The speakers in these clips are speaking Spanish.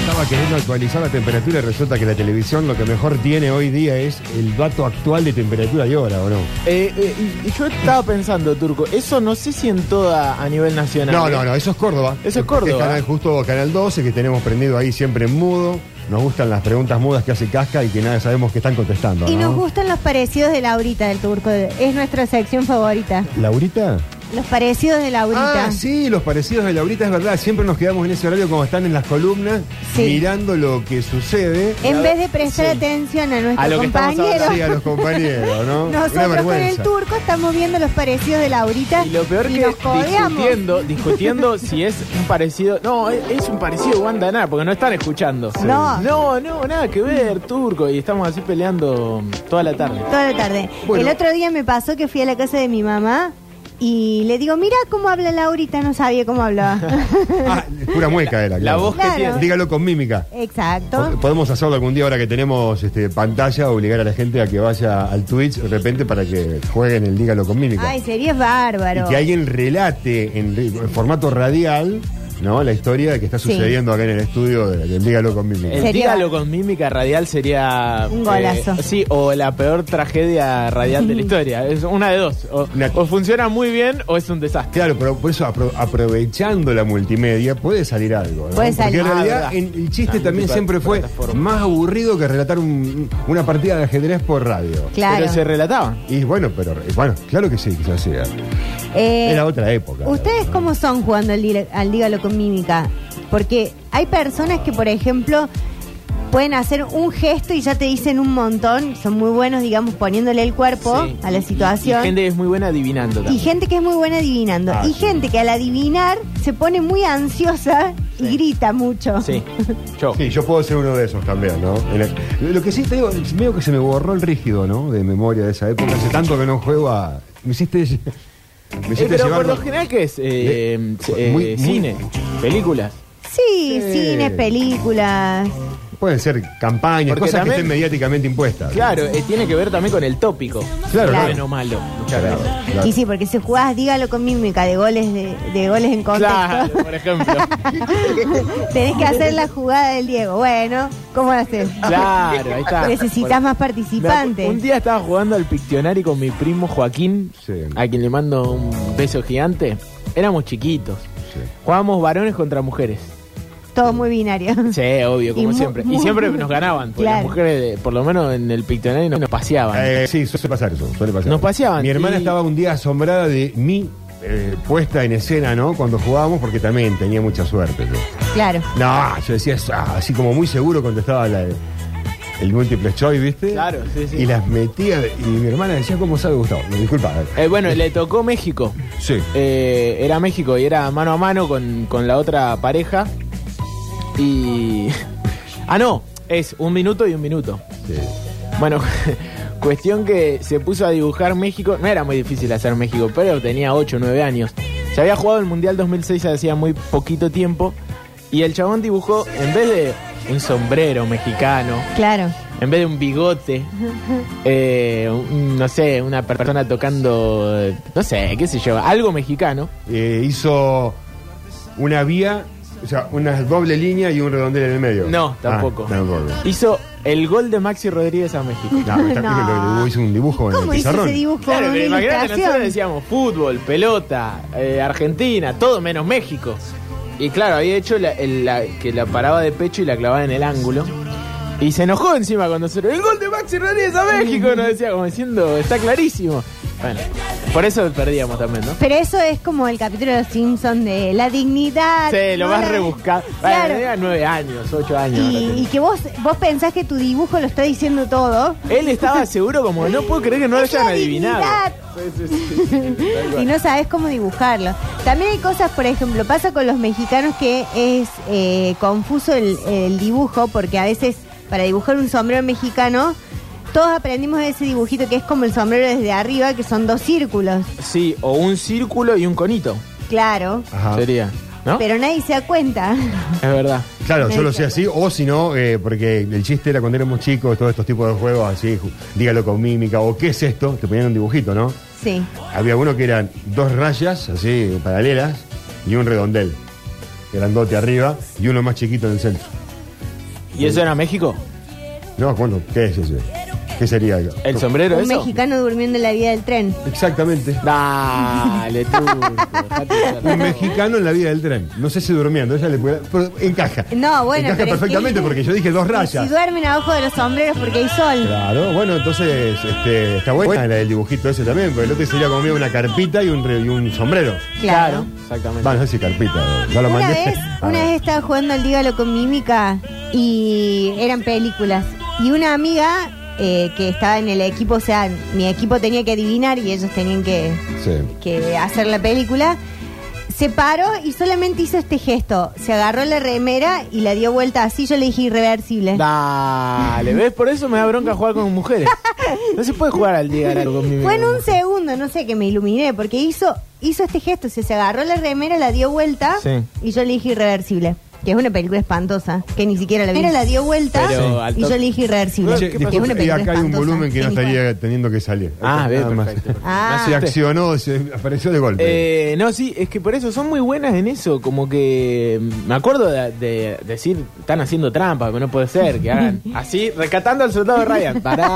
Estaba queriendo actualizar la temperatura y resulta que la televisión lo que mejor tiene hoy día es el dato actual de temperatura y hora, ¿o no? Eh, eh, y- y yo estaba pensando, Turco, eso no sé si en toda a nivel nacional. No, ¿eh? no, no, eso es Córdoba. Eso es Córdoba. Este canal justo Canal 12 que tenemos prendido ahí siempre en mudo. Nos gustan las preguntas mudas que hace Casca y que nada sabemos que están contestando. Y nos ¿no? gustan los parecidos de Laurita del Turco. Es nuestra sección favorita. ¿Laurita? Los parecidos de Laurita. Ah, sí, los parecidos de Laurita es verdad. Siempre nos quedamos en ese horario como están en las columnas, Sí. mirando lo que sucede. En vez de prestar Sí. atención a nuestro A lo que estamos compañero, Sí, a los compañeros, ¿no? Una nosotros con el vergüenza. turco estamos viendo los parecidos de Laurita. Y lo peor que nos codeamos. discutiendo, discutiendo si es un parecido. No, es, es un parecido Wanda nada, porque no están escuchando. No. No, no, nada que ver, Turco. Y estamos así peleando toda la tarde. Toda la tarde. Bueno. El otro día me pasó que fui a la casa de mi mamá y le digo, mira cómo habla Laurita, no sabía cómo hablaba. Ah, pura mueca era. La claro. voz Claro. que tiene. Dígalo con mímica. Exacto. Po- Podemos hacerlo algún día ahora que tenemos este, pantalla, obligar a la gente a que vaya al Twitch de repente para que jueguen el Dígalo con Mímica. Ay, sería y bárbaro. que alguien relate en, re- en formato radial ¿no? la historia que está Sí. sucediendo acá en el estudio de- del Dígalo con Mímica. El Sería- dígalo con mímica radial sería. Un golazo. eh, sí, o la peor tragedia radial de la historia. Es una de dos. O, Una- o funciona muy bien o es un desastre. Claro, pero por eso apro- aprovechando la multimedia puede salir algo. ¿no? Puede Porque salir. en Ah, realidad verdad. en- el Ah, chiste multi- también siempre fue plataforma. más aburrido que relatar un- una partida de ajedrez por radio. Claro. Pero se relataba. Y bueno, pero bueno, claro que sí, quizás sea. Eh, Era otra época. ¿Ustedes cómo son jugando al, dile- al dígalo con mímica? Porque hay personas que, por ejemplo, pueden hacer un gesto y ya te dicen un montón, son muy buenos, digamos, poniéndole el cuerpo Sí. a la Y- situación. Y, gente que es muy buena adivinando Y también. gente que es muy buena adivinando. Ah, sí. y gente que al adivinar se pone muy ansiosa Sí. y grita mucho. Sí, yo. Sí, yo puedo ser uno de esos también, ¿no? En el- lo que sí te digo, es medio que se me borró el rígido, ¿no? De memoria de esa época. Hace tanto que no juego a. Me hiciste. Me Eh, hiciste pero por llevarlo- lo general, ¿qué es? Eh, Le- eh, muy- muy- cine, películas. Sí, Sí. cines, películas. Pueden ser campañas, Porque cosas también- que estén mediáticamente impuestas. Claro, eh, tiene que ver también con el tópico. Claro, Claro. Bueno o malo. Muchas Claro, gracias. claro. Y sí, porque si jugás, dígalo con mímica, de goles, de, de goles en contexto. Claro, por ejemplo. Tenés que hacer la jugada del Diego. Bueno, ¿cómo la haces? Claro, ahí está. Necesitas más Me acu- Un participantes. día estaba jugando al Pictionary con mi primo Joaquín, Sí. a quien le mando un beso gigante. Éramos chiquitos. Sí. Jugábamos varones contra mujeres. Todo muy binario. Sí, obvio, como mu- siempre. Y mu- siempre nos ganaban, porque las Claro. mujeres, eh, por lo menos en el Pictionary, nos paseaban. Eh, sí, suele pasar eso, suele pasar. Nos paseaban, Mi hermana y- estaba un día asombrada de mi eh, puesta en escena, ¿no? Cuando jugábamos, porque también tenía mucha suerte. yo. Claro. No, yo decía eso, ah, así como muy seguro contestaba la- el múltiple choice, ¿viste? Claro, sí, sí. Y las metía, y mi hermana decía, ¿cómo sabe Gustavo? Me disculpa. Eh, bueno, le tocó México. Sí. Eh, era México y era mano a mano con, con la otra pareja. Y. Ah, no, es un minuto y un minuto. sí. Bueno, cuestión que se puso a dibujar México. No era muy difícil hacer México, pero tenía 8 o 9 años. Se había jugado el Mundial 2006 hacía muy poquito tiempo. Y el chabón dibujó, en vez de un sombrero mexicano, Claro. en vez de un bigote, eh, un- no sé, una persona tocando, eh, no sé, qué sé yo, algo mexicano. Eh, hizo una vía, o sea, una doble línea y un redondel en el medio. No, Ah, tampoco. tampoco. Hizo el gol de Maxi Rodríguez a México. No, está- No. hizo un dibujo en el ¿Cómo hizo pizarrón. ese dibujo? Claro, Una que imagínate, nosotros ilustración. decíamos fútbol, pelota, eh, Argentina, todo menos México. Y claro, había hecho la, el- la- que la paraba de pecho y la clavaba en el ángulo. Y se enojó encima cuando se el gol de Maxi Rodríguez a México, nos decía, como diciendo, está clarísimo. Bueno, Por eso perdíamos también, ¿no? Pero eso es como el capítulo de los Simpsons de la dignidad. Sí, lo ¿no? más La- rebuscado. Bueno, Claro. tenía nueve años, ocho años. ahora Y, tenía. y que vos, vos pensás que tu dibujo lo está diciendo todo. Él estaba seguro como, no puedo creer que no lo Es la hayan adivinado. dignidad. Sí, sí, sí. Tal y cual. no sabes cómo dibujarlo. También hay cosas, por ejemplo, pasa con los mexicanos que es eh, confuso el, el dibujo, porque a veces para dibujar un sombrero mexicano, todos aprendimos ese dibujito que es como el sombrero desde arriba, que son dos círculos, Sí, o un círculo y un conito. claro, Ajá. Sería, ¿no? pero nadie se da cuenta. Es verdad. Claro, yo lo sé así, o si no, eh, porque el chiste era cuando éramos chicos, todos estos tipos de juegos así, ju- dígalo con mímica, o qué es esto, te ponían un dibujito, ¿no? sí. Había uno que eran dos rayas, así, paralelas, y un redondel, grandote arriba, y uno más chiquito en el centro. ¿Y eso era México? No, bueno, ¿qué es ese? ¿Qué sería? ¿El sombrero Un eso? mexicano durmiendo en la vía del tren. Exactamente. Dale, tú. dejate de ser Un loco. mexicano en la vida del tren. No sé si durmiendo, ella le puede. Pero encaja. No, bueno, Encaja pero es perfectamente que- porque yo dije dos Si rayas. duermen abajo de los sombreros porque hay sol. Claro, bueno, entonces este, está buena la del dibujito ese también, porque el otro sería como medio una carpita y un, re- y un sombrero. Claro. Exactamente. Va, no sé si carpita, eh, no lo Una mandé. vez, Ah, una vez estaba jugando al Dígalo con Mímica y eran películas. Y una amiga eh, que estaba en el equipo, o sea, mi equipo tenía que adivinar y ellos tenían que, Ah, Sí. que hacer la película, se paró y solamente hizo este gesto. Se agarró la remera y la dio vuelta así, yo le dije irreversible. Dale, ¿ves? Por eso me da bronca jugar con mujeres. No se puede jugar al día de con mi Fue en un segundo, no sé, que me iluminé, porque hizo, hizo este gesto, o sea, se agarró la remera, la dio vuelta Sí. y yo le dije irreversible. Que es una película espantosa, que ni siquiera la vi. la dio vuelta Pero al y yo toque. le dije irreversible. Che, que es una disculpe, y película acá hay un espantosa, volumen que no ni cuenta. estaría teniendo que salir. Ah, Acá, bien, nada más. perfecto. ¿eh? Ah. Se accionó, se apareció de golpe. Eh, no, sí, es que por eso son muy buenas en eso. Como que mm, me acuerdo de, de decir, están haciendo trampa, que no puede ser, que hagan así, rescatando al soldado Ryan. Pará.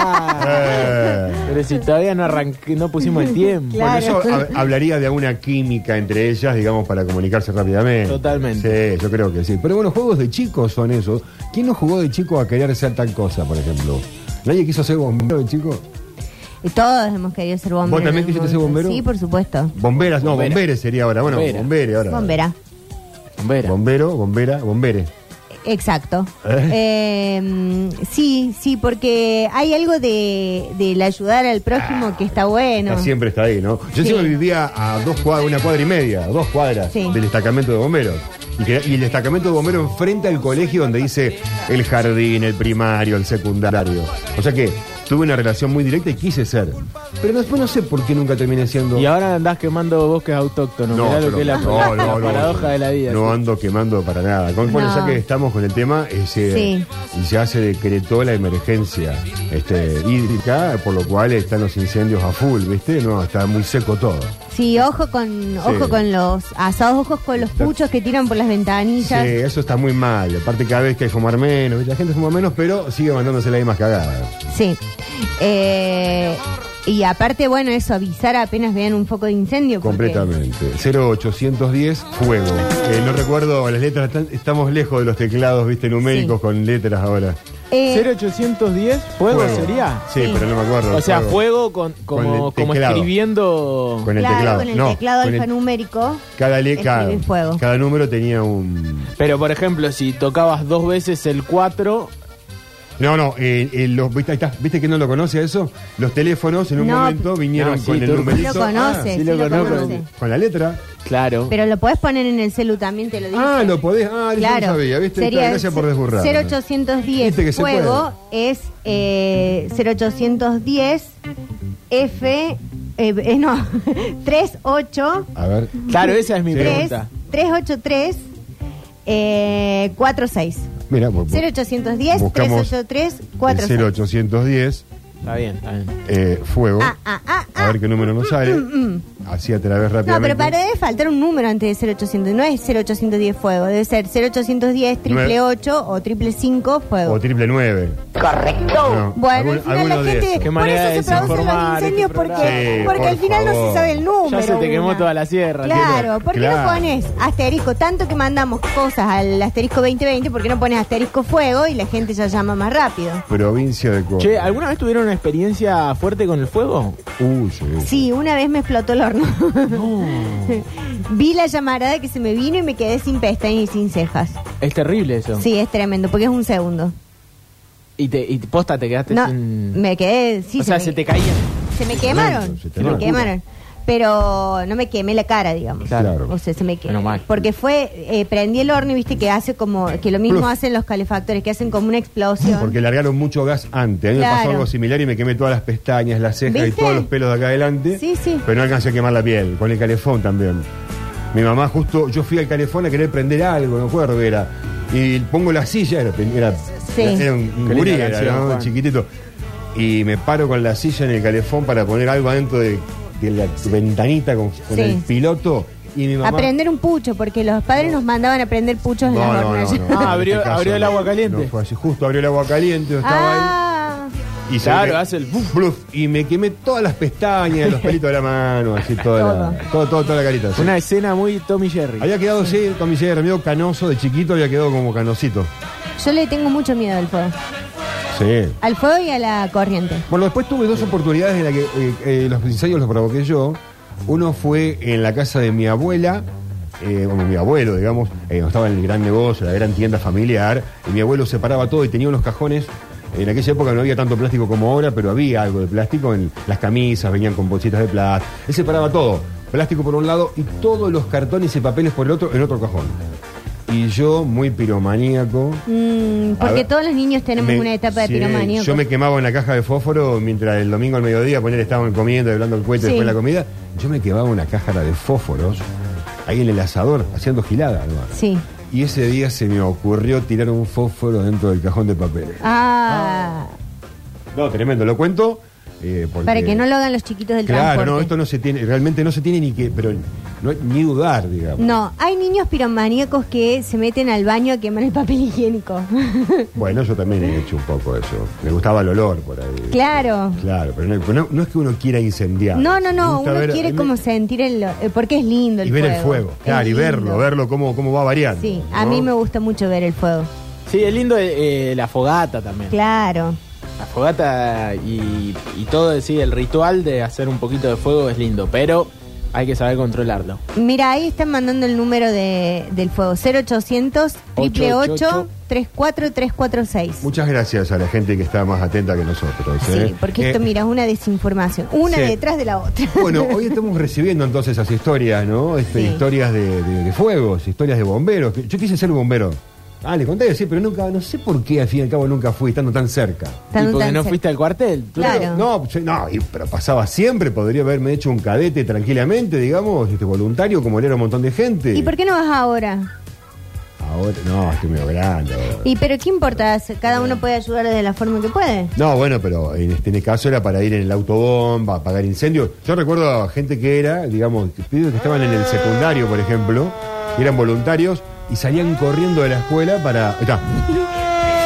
Eh. Pero si todavía no arranqué, no pusimos el tiempo. Claro. Bueno, eso hab- hablaría de una química entre ellas, digamos, para comunicarse rápidamente. Totalmente. Sí, yo creo que sí. Pero bueno, juegos de chicos son esos. ¿Quién no jugó de chico a querer ser tal cosa, por ejemplo? ¿Nadie quiso ser bombero de chico? Y todos hemos querido ser bomberos. ¿Vos también en algún quisiste ser momento. bombero? Sí, por supuesto. Bomberas, no, Bombera. bomberes sería ahora. Bueno, Bombera. bombere ahora. Bombera. Bombera. Bombero, bombera, bombere. Exacto. ¿Eh? Eh, sí, sí, porque hay algo de, del ayudar al prójimo que está bueno. Ah, Está- Siempre está ahí, ¿no? Yo Sí. siempre vivía a dos cuadras, una cuadra y media, a dos cuadras Sí. del destacamento de bomberos. Y, que- y el destacamento de bomberos enfrenta al colegio donde dice el jardín, el primario, el secundario. O sea que tuve una relación muy directa y quise ser. Pero después no sé por qué nunca terminé siendo. Y ahora andás quemando bosques autóctonos. Mirá yo lo que es la, no, no, la no, paradoja no, de la vida. No ando quemando para nada. Con- Bueno, No. ya que estamos con el tema, eh, se- Sí. y ya se decretó la emergencia este, hídrica, por lo cual están los incendios a full, ¿viste? No, está muy seco todo. Sí, ojo con, ojo Sí. con los asados, ojos con los puchos que tiran por las Sí, ventanillas. eso está muy mal. Aparte, cada vez que hay fumar menos, ¿viste? la gente fuma menos, pero sigue mandándose la misma cagada. Sí. Eh, y aparte, bueno, eso, avisar apenas vean un foco de incendio. porque- Completamente. 0810, fuego. Eh, no recuerdo las letras, tan- estamos lejos de los teclados, ¿viste? Numéricos Sí. con letras ahora. Eh, 0810, fuego, sería. Sí, Sí. pero no me acuerdo. O sea, fuego con, como, el como teclado. escribiendo. Con el claro, teclado. con el No, teclado con el- alfanumérico. Cada, le- Escribir cada, fuego. cada número tenía un. Pero por ejemplo, si tocabas dos veces el 4, No, no, eh, eh, los, ¿viste, ahí está, ¿viste que no lo conoce eso? Los teléfonos en un No. momento vinieron No, Ah, sí, con el tú- numerito. Lo conoce, Ah, sí, lo conoce. Con la letra. claro. Pero lo podés poner en el celu también, te lo digo. Ah, lo podés. Ah, yo claro. no sabía, ¿viste? Claro, gracias por desburrar. 0810 Viste que se fuego es eh, 0810 F. eh, eh, no, 38. A ver. Claro, esa es mi Sí. Tres, pregunta. 383 eh, 46. Mira, bu- bu- 0810 Buscamos 383 el 46. 0810, Está bien, está bien. eh, fuego. Ah, ah, ah, A ah. mm, ver qué número nos sale. Así a través No, rápidamente. pero para debe faltar un número antes de 0800. No es 0810 fuego, debe ser 0810 triple o triple fuego. O triple nueve. Correcto. bueno, al final la gente. Qué Por manera de eso se producen los desinformar este incendios porque, programa. Sí, porque por al final no favor. se sabe el número. Ya se te quemó una. toda la sierra. Claro, ¿por qué Claro. no pones asterisco? Tanto que mandamos cosas al asterisco 2020, ¿por qué no pones asterisco fuego y la gente ya llama más rápido? Provincia de Córdoba. Che, ¿alguna vez tuvieron una experiencia fuerte con el fuego? Uy, sí. Sí, una vez me explotó el horno. Vi la llamarada que se me vino y me quedé sin pestañas y sin cejas. Es terrible eso. Sí, es tremendo, porque es un segundo. Y te y posta te quedaste No, sin me quedé. Sí, O sea, se me, te caía. se me quemaron. Claro, se te Se me quemaron. quemaron. Pero no me quemé la cara, digamos. Claro. O sea, se me quemó. Menos mal. Porque fue, eh, prendí el horno y viste que hace como, que lo mismo Pluf. hacen los calefactores, que hacen como una explosión. Porque largaron mucho gas antes. A mí me Claro. pasó algo similar y me quemé todas las pestañas, las cejas y ¿Viste? todos los pelos de acá adelante. Sí, sí. Pero no alcancé a quemar la piel, con el calefón también. Mi mamá justo, yo fui al calefón a querer prender algo, no acuerdo qué era. Y pongo la silla, era, era, Sí. era un un Qué gurí, linda era, canción, ¿no? Juan. chiquitito. Y me paro con la silla en el calefón para poner algo adentro de, de la ventanita con, con Sí. el piloto. Y mi mamá... Aprender un pucho, porque los padres nos mandaban a prender puchos en No, las no, no, hornallas. no, Ah, en abrió- este abrió el no. agua caliente. No fue así, justo abrió el agua caliente, yo estaba ahí. Ah, Y se Claro, me- hace el buf. Bluf, y me quemé todas las pestañas, los pelitos de la mano, así toda la, todo, todo, toda la carita. así. Una escena muy Tommy Jerry. Había quedado, sí, con mi de medio canoso de chiquito, había quedado como canosito. yo le tengo mucho miedo al fuego. Sí. Al fuego y a la corriente. Bueno, después tuve dos oportunidades en las que eh, eh, los incendios los provoqué yo. Uno fue en la casa de mi abuela, eh, bueno, mi abuelo, digamos, eh, estaba en el gran negocio, la gran tienda familiar, y mi abuelo separaba todo y tenía unos cajones. En aquella época no había tanto plástico como ahora, pero había algo de plástico. En las camisas venían con bolsitas de plástico. Él separaba todo. Plástico por un lado y todos los cartones y papeles por el otro en otro cajón. Y yo, muy piromaníaco, Mm, A porque ver, todos los niños tenemos me- una etapa de sí, piromanía. pues. Yo me quemaba en la caja de fósforo mientras el domingo al mediodía, poner estaban comiendo, hablando el cohete Sí. después de la comida. Yo me quemaba una cajara de fósforos ahí en el asador, haciendo gilada. además. Sí. Y ese día se me ocurrió tirar un fósforo dentro del cajón de papeles. Ah, No, tremendo, lo cuento. eh, porque- para que no lo hagan los chiquitos del Claro, transporte. no, esto no se tiene, realmente no se tiene ni que, pero no hay ni dudar, digamos. No, hay niños piromaníacos que se meten al baño a quemar el papel higiénico. Bueno, yo también he hecho un poco eso. Me gustaba el olor por ahí. claro. Claro, pero no, no- no es que uno quiera incendiar. No, no, Me no, gusta uno ver- a quiere mí me- como sentir el... eh, porque es lindo el y fuego. ver el fuego, Es claro, y verlo, lindo. verlo cómo, cómo va variando. Sí, a ¿no? mí me gusta mucho ver el fuego. Sí, es lindo eh, eh, la fogata también. Claro. La fogata y, y todo, sí, el ritual de hacer un poquito de fuego es lindo, pero hay que saber controlarlo. Mira, ahí están mandando el número de, del fuego. 0800 888 34346. Muchas gracias a la gente que está más atenta que nosotros. ¿eh? Sí, porque esto, Eh, mira, es una desinformación. Una sí. detrás de la otra. Bueno, hoy estamos recibiendo entonces esas historias, ¿no? Este, Sí. Historias de, de- de fuegos, historias de bomberos. Yo quise ser bombero. Ah, le conté, sí, pero nunca, no sé por qué al fin y al cabo nunca fui, estando tan cerca. Tan- y porque tan no cerca. fuiste al cuartel. tú- Claro. No, yo- no, y- pero pasaba siempre, podría haberme hecho un cadete tranquilamente, digamos, este voluntario, como le era un montón de gente. ¿Y por qué no vas ahora? Ahora, no, estoy medio grande. ahora. ¿Y pero qué importa? Cada uno puede ayudar de la forma que puede. No, bueno, pero en este en el caso era para ir en el autobomba, apagar incendios. Yo recuerdo a gente que era, digamos, que pibes que estaban en el secundario, por ejemplo, y eran voluntarios y salían corriendo de la escuela para. Ahí Está.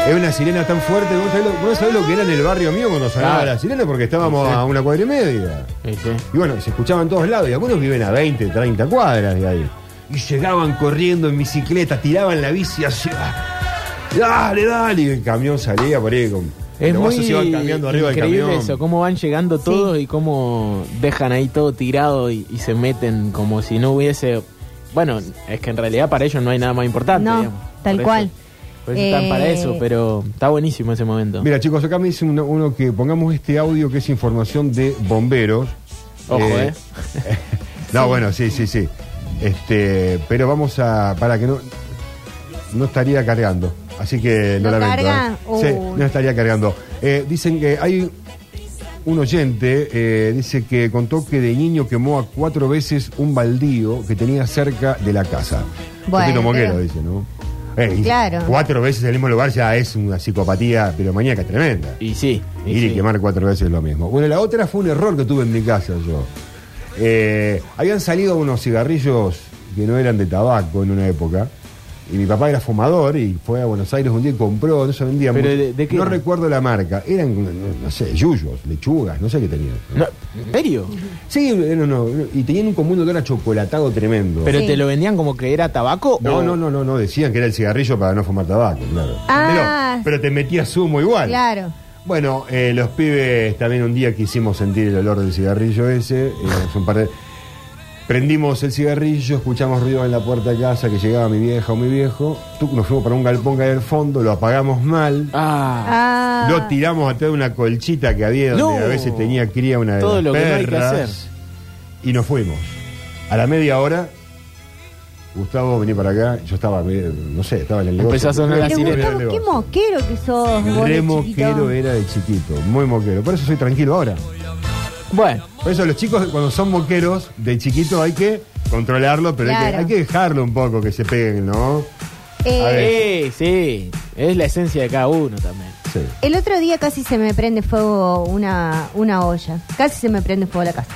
Es una sirena tan fuerte, vos sabés lo, vos sabés lo que era en el barrio mío cuando sonaba Claro. la sirena porque estábamos a una cuadra y media. Sí, sí. Y bueno, se escuchaba en todos lados, y algunos viven a 20, 30 cuadras de ahí. Y llegaban corriendo en bicicleta, tiraban la bici así. ah, Dale, dale. Y el camión salía por ahí con. Es los muy vasos iban cambiando arriba del increíble camión. eso, cómo van llegando todos y cómo dejan ahí todo tirado y, y se meten como si no hubiese... Bueno, es que en realidad para ellos no hay nada más importante. No, digamos. tal Por eso- cual. por eso están para Eh, eso, pero está buenísimo ese momento. Mira, chicos, acá me dice uno, uno que pongamos este audio que es información de bomberos. Ojo, eh. no, bueno, sí, sí, sí. Este, pero vamos a. para que no. No estaría cargando. Así que lo ¿No lamento. carga? Uh. ¿eh? Sí, Uy. no estaría cargando. Eh, dicen que hay un oyente, eh, dice que contó que de niño quemó a cuatro veces un baldío que tenía cerca de la casa. Bueno, Poquito moquero, pero- dice, ¿no? Eh, y Claro. Cuatro veces en el mismo lugar ya es una psicopatía piromaníaca tremenda. Y sí. y Ir y sí. quemar cuatro veces es lo mismo. Bueno, la otra fue un error que tuve en mi casa yo. Eh, habían salido unos cigarrillos que no eran de tabaco en una época. Y mi papá era fumador y fue a Buenos Aires un día y compró, no se vendían. Pero mucho. de- de qué no era? recuerdo la marca. Eran, no, no sé, yuyos, lechugas, no sé qué tenían. No, ¿En serio? Sí, no, no, no, y tenían un común olor a chocolatado tremendo. ¿Pero Sí. te lo vendían como que era tabaco? no, o- no, no, no, no, decían que era el cigarrillo para no fumar tabaco, claro. Ah. pero, pero te metías humo igual. Claro. Bueno, eh, los pibes también un día quisimos sentir el olor del cigarrillo ese. eh, fue un par de- Prendimos el cigarrillo, escuchamos ruido en la puerta de casa que llegaba mi vieja o mi viejo. Tú, nos fuimos para un galpón que hay al fondo, lo apagamos mal. Ah, Ah, Lo tiramos atrás de una colchita que había donde No. a veces tenía cría una de Todo las lo que no hay que perras. hacer. Y nos fuimos. A la media hora, Gustavo, vení para acá. Yo estaba, medio- no sé, estaba en el negocio. Empezó a sonar la pero sirena. Gustavo, qué mosquero que sos, vos, de Re chiquito. moquero era de chiquito, muy moquero. Por eso soy tranquilo ahora. bueno. Por eso los chicos cuando son moqueros, de chiquito hay que controlarlo, pero hay que- Claro. hay, que, dejarlo un poco, que se peguen, ¿no? Eh, A ver. Sí, sí. Es la esencia de cada uno también. Sí. El otro día casi se me prende fuego una, una olla. Casi se me prende fuego la casa.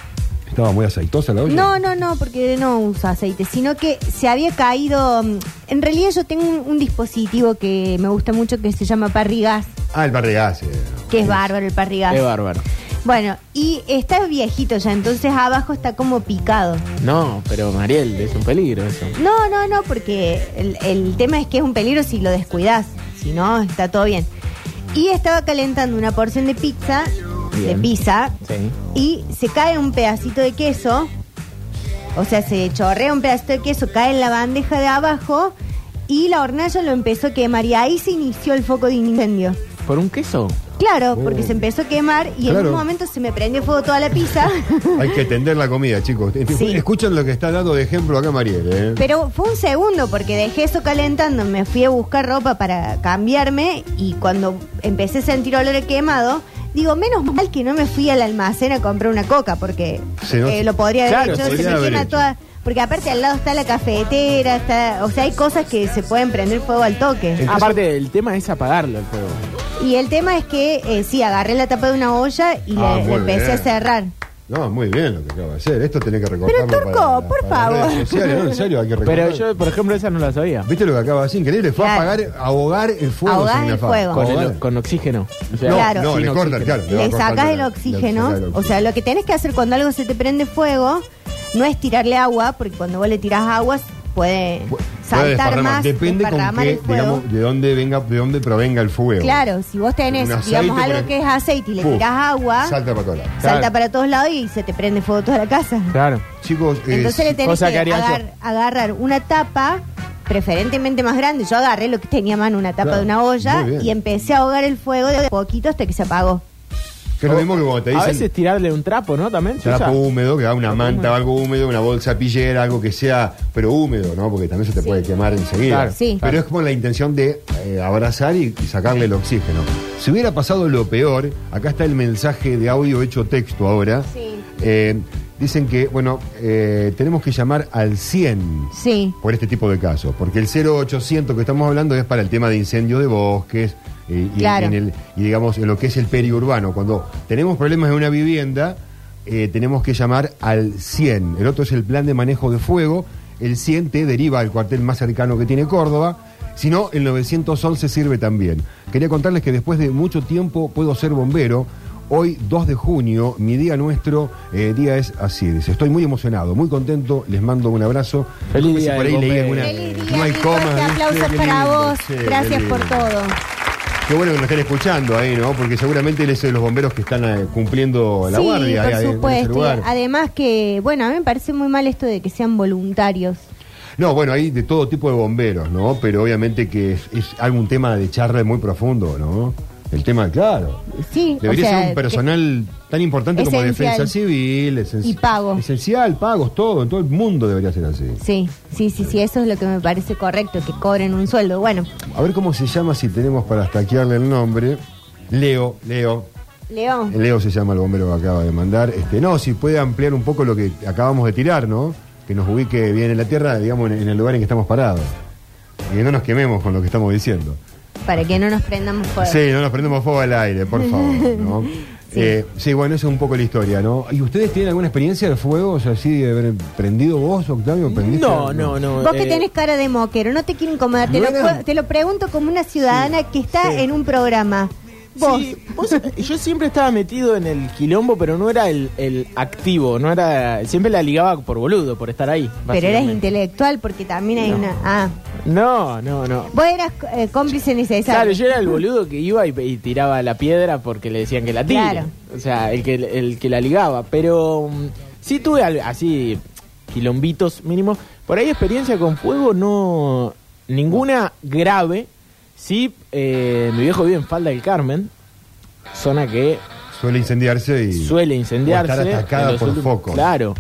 Estaba muy aceitosa la olla. No, no, no, porque no uso aceite, sino que se había caído. mm, En realidad, yo tengo un, un dispositivo que me gusta mucho que se llama parrigas, Ah, el parregase. que es bárbaro el parrigas. Qué bárbaro. Bueno, y está viejito ya, entonces abajo está como picado. No, pero Mariel, es un peligro eso. No, no, no, porque el, el tema es que es un peligro si lo descuidas. Si no, está todo bien. Y estaba calentando una porción de pizza, de Bien. pizza, Sí. y se cae un pedacito de queso. O sea, se chorrea un pedacito de queso, cae en la bandeja de abajo y la hornalla lo empezó a quemar. Y ahí se inició el foco de incendio. ¿Por un queso? Claro, porque se empezó a quemar y en Claro. un momento se me prendió fuego toda la pizza. Hay que tender la comida, chicos. Sí. Escuchen lo que está dando de ejemplo acá Mariel, ¿eh? Pero fue un segundo porque dejé eso calentando, me fui a buscar ropa para cambiarme y cuando empecé a sentir olor a quemado, digo, menos mal que no me fui al almacén a comprar una coca porque Se nos- eh, lo podría haber Claro, se hecho, se podría me haber llena hecho. toda... Porque aparte al lado está la cafetera, está, o sea, hay cosas que se pueden prender fuego al toque. El- Aparte, el tema es apagarlo el fuego. Y el tema es que eh, sí, agarré la tapa de una olla y Ah, le, muy le empecé bien. a cerrar. No, muy bien lo que acaba de hacer. Esto tenés que recortarlo Pero, Turco, para- por para las favor. redes sociales, ¿no? En serio, hay que Pero recortarlo. yo, por ejemplo, esa no la sabía. ¿Viste lo que acaba de hacer? Increíble. Fue Claro. a apagar, a ahogar el fuego. Ahogar sin el afán. fuego. Con, el- Ahogar. con oxígeno. O sea, No, Claro. no, sin le oxígeno. cortan, claro. va a Le cortar sacas la- el la- oxígeno. le sacás el O sea, lo que tenés que hacer cuando algo se te prende fuego no es tirarle agua, porque cuando vos le tirás agua puede Pu- puede saltar desparramar. más, Depende con desparramar qué, el fuego. digamos, de dónde venga, de dónde provenga el fuego. claro, si vos tenés, Un aceite, digamos, por algo ejemplo. que es aceite y le Puf, tirás agua, salta, Salta para todos lados. Claro. para todos lados y se te prende fuego toda la casa. Claro. Chicos, eh, Entonces le tenés cosa que que haría yo. agar- agarrar una tapa, preferentemente más grande. Yo agarré lo que tenía a mano, una tapa Claro, de una olla, muy bien. y empecé a ahogar el fuego de a poquito hasta que se apagó. que es lo mismo que cuando te A veces dicen tirarle un trapo, ¿no? También. se trapo usa. húmedo, que da una Trapo manta, húmedo. algo húmedo, una bolsa pillera, algo que sea, pero húmedo, ¿no? Porque también se te puede quemar enseguida. Claro, sí. Pero es como la intención de eh, abrazar y, y sacarle el oxígeno. Si hubiera pasado lo peor, acá está el mensaje de audio hecho texto ahora. Sí. Eh, dicen que, bueno, eh, tenemos que llamar al 100. Sí. por este tipo de casos, porque el 0800 que estamos hablando es para el tema de incendios de bosques eh, y, Claro. en el- y digamos en lo que es el periurbano. Cuando tenemos problemas en una vivienda, eh, tenemos que llamar al 100. El otro es el plan de manejo de fuego. El 100 te deriva al cuartel más cercano que tiene Córdoba. Si no, el 911 sirve también. Quería contarles que después de mucho tiempo puedo ser bombero. Hoy, 2 de junio, mi día nuestro, eh, día es así. Dice, estoy muy emocionado, muy contento, les mando un abrazo. Feliz No sé si día por del ahí leí bombero. alguna- Feliz día, no hay Nico, comas. este ¿viste? aplauso Qué para lindo, vos. sí, qué Gracias lindo. por todo. Qué bueno que nos estén escuchando ahí, ¿no? Porque seguramente él es de los bomberos que están eh, cumpliendo la sí, guardia por ahí, en ese supuesto. lugar. Además que, bueno, a mí me parece muy mal esto de que sean voluntarios. No, bueno, hay de todo tipo de bomberos, ¿no? Pero obviamente que es, es algún tema de charla muy profundo, ¿no? El tema, claro. Sí, o Debería sea, ser un personal tan importante como Esencial. defensa civil, esencial. Y pago. Esencial, pagos, todo. En todo el mundo debería ser así. que- sí, sí, sí, sí, eso es lo que me parece correcto, que cobren un sueldo. Bueno, A ver cómo se llama, si tenemos para taquearle el nombre. Leo, Leo. León, Leo se llama el bombero que acaba de mandar. Este, no, si puede ampliar un poco lo que acabamos de tirar, ¿no? Que nos ubique bien en la tierra, digamos, en, en el lugar en que estamos parados. Y que no nos quememos con lo que estamos diciendo. para que no nos prendamos fuego. Sí, no nos prendemos fuego al aire, por favor, ¿no? Sí. Eh, sí, bueno, esa es un poco la historia, ¿no? ¿Y ustedes tienen alguna experiencia de fuego, o sea, así de haber prendido vos, Octavio? ¿Prendiste No, algo? no, no. Vos eh, que tenés cara de moquero, no te quiero incomodar, te, No lo, era- cu- te lo pregunto como una ciudadana que está sí. en un programa. Vos, Sí, vos- eh, yo siempre estaba metido en el quilombo, pero no era el, el activo, no era siempre la ligaba por boludo, por estar ahí. pero eras básicamente. intelectual porque también hay No. una... Ah, No, no, no. Vos eras eh, cómplice necesario. Claro, yo era el boludo que iba y, y tiraba la piedra porque le decían que la tire. Claro. O sea, el que, el que la ligaba. Pero mm, sí tuve al- así quilombitos mínimos. Por ahí experiencia con fuego, no. Ninguna grave. Sí, eh, mi viejo vive en Falda del Carmen, zona que Suele incendiarse y. suele incendiarse. O estar atacada en los por últimos- focos. Claro.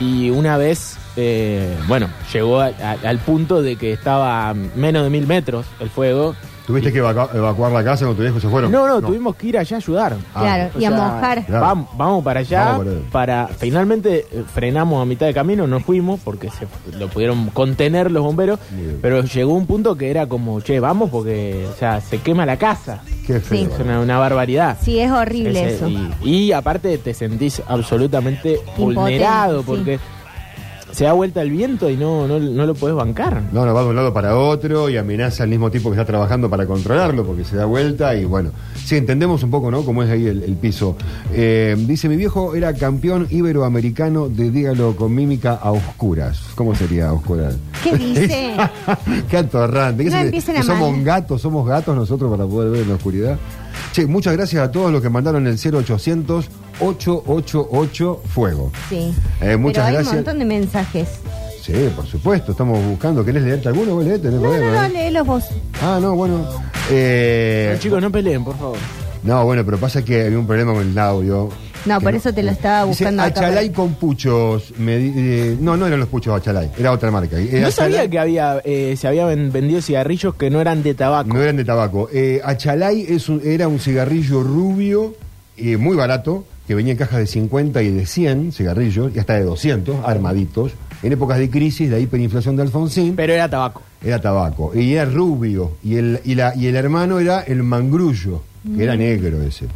Y una vez, eh, bueno, llegó a- a- al punto de que estaba a menos de mil metros el fuego. ¿Tuviste que evacua- evacuar la casa cuando tus viejos se fueron? No, no, tuvimos que ir allá a ayudar. Ah, Claro, O y a sea, mojar. Claro. vam- vamos para allá. Vamos para- para Finalmente eh, frenamos a mitad de camino, nos fuimos porque se, lo pudieron contener los bomberos. Bien. Pero llegó un punto que era como, che, vamos porque o sea, se quema la casa. Qué feo. Es una, una barbaridad. Sí, es horrible Ese- eso. Y, y aparte te sentís absolutamente vulnerado sí. porque se da vuelta el viento y no, no, no lo podés bancar. No, no, va de un lado para otro y amenaza al mismo tipo que está trabajando para controlarlo porque se da vuelta y bueno. Sí, entendemos un poco, ¿no? Cómo es ahí el, el piso. Eh, dice, mi viejo era campeón iberoamericano de dígalo con mímica a oscuras. ¿Cómo sería a oscuras? ¿Qué dice? Qué atorrante. ¿Qué No se- empiecen que a somos mal. gatos, somos gatos nosotros para poder ver en la oscuridad. Che, muchas gracias a todos los que mandaron el 0800 888 Fuego. Sí. Eh, muchas Pero hay gracias. un montón de mensajes. Sí, por supuesto, estamos buscando. ¿Querés leerte alguno? Vos leete, no hay No, no, problema, no, ¿eh? léelos vos. Ah, no, bueno. Pero, Eh, chicos, no peleen, por favor. no, bueno, pero pasa que había un problema con el audio. No, Que por eso te lo estaba Dice, "Ah, buscando acá, Achalay pero- con puchos. me di- eh, no, no eran los puchos Achalay, era otra marca. Era no sabía Achalay- que había eh, se habían vendido cigarrillos que no eran de tabaco. No eran de tabaco. Eh, Achalay es un- era un cigarrillo rubio, eh, muy barato, que venía en cajas de 50 y de 100 cigarrillos, y hasta de 200 armaditos. En épocas de crisis, de hiperinflación de Alfonsín, Pero era tabaco. era tabaco. Y era rubio. Y el, y la- y el hermano era el mangrullo, que Mm. era negro ese.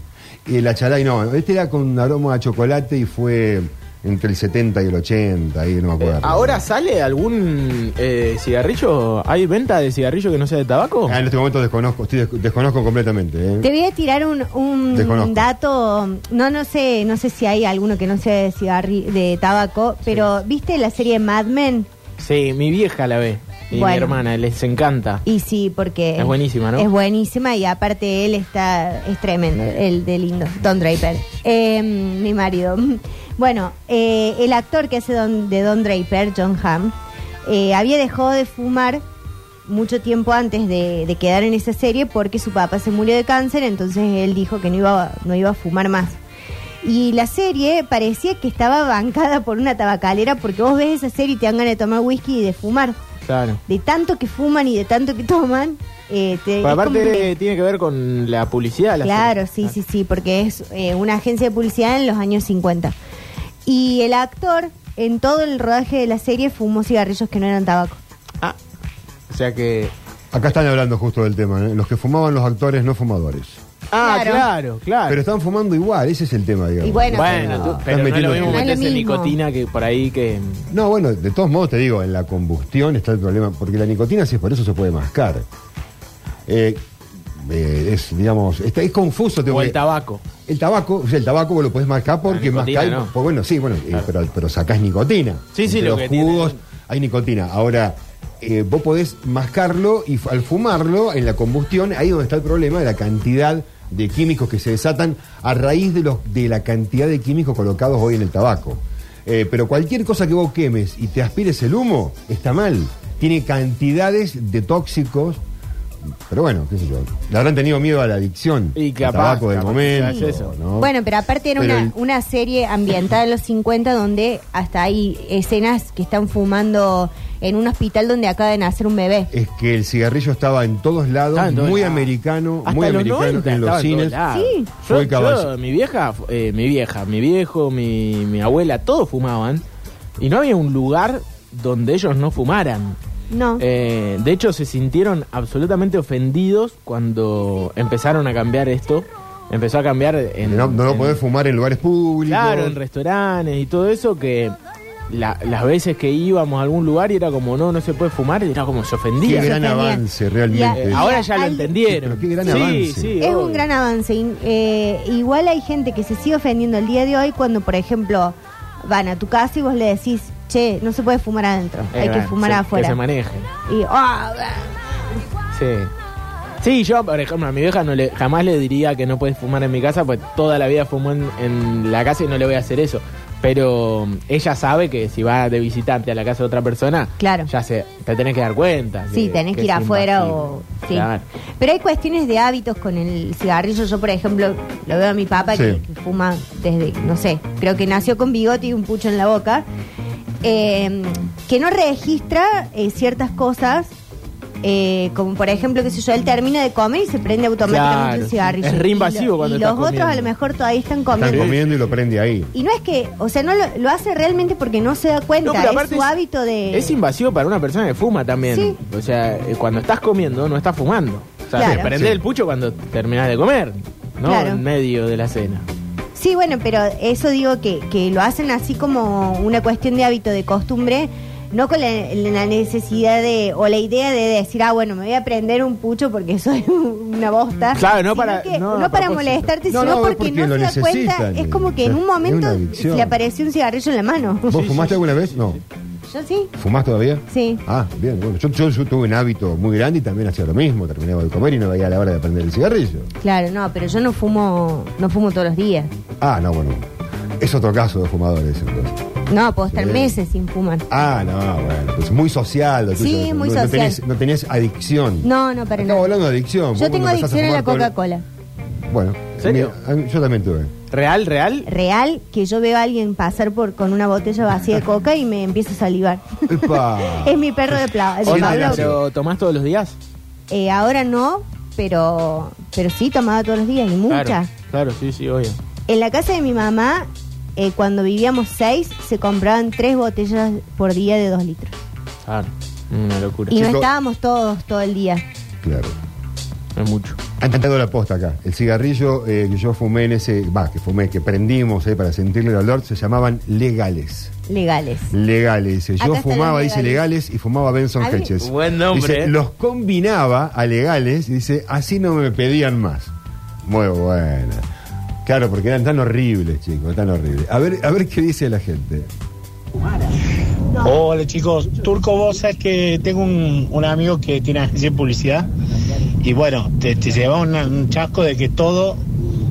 Y el Achalay no. Este era con aroma a chocolate y fue entre el 70 y el 80, ahí no me Eh, acuerdo. Eh, ¿Ahora sale algún eh, cigarrillo? ¿Hay venta de cigarrillo que no sea de tabaco? Ah, en este momento desconozco, estoy des- desconozco completamente. ¿eh? Te voy a tirar un, un Desconozco. dato. No, no sé, no sé si hay alguno que no sea de cigarri- de tabaco, pero ¿viste la serie Mad Men? Sí, mi vieja la ve. Y mi Bueno. hermana, les encanta. Y sí, porque Es buenísima, ¿no? Es buenísima y aparte él está es tremendo, el de lindo, Don Draper, Eh, mi marido. Bueno, eh, el actor que hace don- de Don Draper, John Hamm, eh, había dejado de fumar mucho tiempo antes de, de quedar en esa serie porque su papá se murió de cáncer, entonces él dijo que no iba a- no iba a fumar más. Y la serie parecía que estaba bancada por una tabacalera porque vos ves esa serie y te dan ganas de tomar whisky y de fumar Claro. de tanto que fuman y de tanto que toman. eh, te- Pero es como aparte que- tiene que ver con la publicidad. la claro, serie. sí, sí, sí, porque es eh, una agencia de publicidad en los años 50. Y el actor, en todo el rodaje de la serie, fumó cigarrillos que no eran tabaco. Ah, o sea que... Acá están hablando justo del tema, ¿eh? los que fumaban los actores no fumadores. Ah, Claro. claro, claro. Pero están fumando igual, ese es el tema, digamos. Y bueno, Bueno, tú- Están pero no es metiendo- lo mismo No es lo meterse mismo. nicotina que por ahí que... No, bueno, de todos modos te digo, en la combustión está el problema, porque la nicotina sí, por eso se puede mascar. Eh, eh, es, digamos, está, es confuso. tengo O el que- tabaco. el tabaco, o sea, el tabaco vos lo podés mascar porque nicotina mascar, no. pues bueno, sí, bueno, eh, pero, pero sacás nicotina. Sí, sí, Entre lo los que tiene- jugos hay nicotina. Ahora, eh, vos podés mascarlo y f- al fumarlo en la combustión, ahí es donde está el problema de la cantidad de químicos que se desatan a raíz de, los, de la cantidad de químicos colocados hoy en el tabaco. Eh, pero cualquier cosa que vos quemes y te aspires el humo, está mal. Tiene cantidades de tóxicos. Pero bueno, qué sé yo. Le habrán tenido miedo a la adicción. Y al capaz, tabaco del capaz que momento. sea eso. ¿no? Bueno, pero aparte era Pero una, el- una serie ambientada en los 50 donde hasta hay escenas que están fumando en un hospital donde acaba de nacer un bebé. es que el cigarrillo estaba en todos lados, Estaba en todos muy lados. americano, Hasta muy los americano 90 en estaba los en todos cines. lados. Sí. Yo, Fue caballo. yo, mi vieja, eh, mi vieja, mi viejo, mi, mi abuela, todos fumaban. Y no había un lugar donde ellos no fumaran. No. Eh, de hecho, se sintieron absolutamente ofendidos cuando empezaron a cambiar esto. Empezó a cambiar en... No, no lo en- podés fumar en lugares públicos. Claro, en restaurantes y todo eso que la- las veces que íbamos a algún lugar y era como, no, no se puede fumar, y era como se ofendía. Qué Se gran ofendían. avance, Y a- realmente. Eh, ahora ya lo Al- Sí, entendieron. pero qué gran sí, avance. sí, Es un obvio. gran avance. in- eh, igual hay gente que se sigue ofendiendo el día de hoy cuando, por ejemplo, van a tu casa y vos le decís, che, no se puede fumar adentro, Eh, hay que bueno, fumar se- afuera. Que se manejen. y, ah, bah. Sí. Sí, yo, por ejemplo, a mi vieja no le, jamás le diría que no puedes fumar en mi casa, pues toda la vida fumó en, en la casa y no le voy a hacer eso. Pero mm, ella sabe que si va de visitante a la casa de otra persona, Claro. ya se, te tenés que dar cuenta. que- Sí, tenés que ir es afuera o... invasivo. Sí. Claro. Pero hay cuestiones de hábitos con el cigarrillo. Yo, por ejemplo, lo veo a mi papá Sí. que, que fuma desde, no sé, creo que nació con bigote y un pucho en la boca, eh, que no registra eh, ciertas cosas, eh, como por ejemplo, qué sé yo, él termina de comer y se prende automáticamente Claro, el sí. cigarrillo. Es re Y lo- invasivo cuando Y estás los otros a lo comiendo. mejor todavía están Están comiendo. comiendo y lo prende ahí. Y no es que, o sea, no lo, lo hace realmente porque no se da cuenta, No, pero es aparte su hábito de... Es invasivo para una persona que fuma también. Sí. O sea, eh, cuando estás comiendo, no estás fumando. O sea, Claro. te prendés Sí. el pucho cuando terminás de comer, no Claro. en medio de la cena. Sí, bueno, pero eso digo que, que lo hacen así como una cuestión de hábito, de costumbre, no con la, la necesidad de, o la idea de decir, ah, bueno, me voy a prender un pucho porque soy una bosta. Claro, no Sino para- que- no, a no para propósito. molestarte, No, sino no, es porque, porque no lo se da cuenta. necesitan. Es como que en Es un una momento adicción. le apareció un cigarrillo en la mano. ¿Vos fumaste alguna vez? No. Yo sí. ¿Fumás todavía? Sí. Ah, bien. Bueno, yo, yo- yo tuve un hábito muy grande y también hacía lo mismo. Terminaba de comer y no veía la hora de prender el cigarrillo. Claro, no, pero yo no fumo, no fumo todos los días. Ah, no, bueno. Es otro caso de fumadores, entonces. No, puedo estar Sí. meses sin fumar. Ah, no, bueno. Pues muy social. lo Sí, tuyo. muy no, social. No tenés, no tenés adicción. No, no, para Estamos nada. hablando de adicción. Vos Yo tengo cuando empezás adicción a la fumar todo- Coca-Cola. Bueno. ¿Serio? mira, a mí- yo también tuve. ¿Real, real? real que yo veo a alguien pasar por con una botella vacía de coca y me empiezo a salivar. Epa. es mi perro de, pla- de Hola, Onda, Pablo. gracias. ¿Pero tomás todos los días? Eh, ahora no, pero pero sí tomaba todos los días y mucha. Claro, claro, sí, sí, obvio. En la casa de mi mamá, eh, cuando vivíamos seis, se compraban tres botellas por día de dos litros. Claro, una locura. Y no Chico- estábamos todos todo el día. Claro. Es mucho. Han tentado la posta acá. El cigarrillo eh, que yo fumé en ese. Va, que fumé, que prendimos eh, para sentirle el olor, se llamaban legales. Legales. Legales, dice. Yo Acá están fumaba, los dice legales, y fumaba Benson A mí- Hedges. Buen nombre, Dice, eh. los combinaba a legales, y dice, así no me pedían más. Muy buena. Claro, porque eran tan horribles, chicos, tan horribles. A ver, a ver qué dice la gente. Hola chicos, Turco, vos sabés que tengo un, un amigo que tiene agencia de publicidad y bueno, te, te lleva una- un chasco de que todo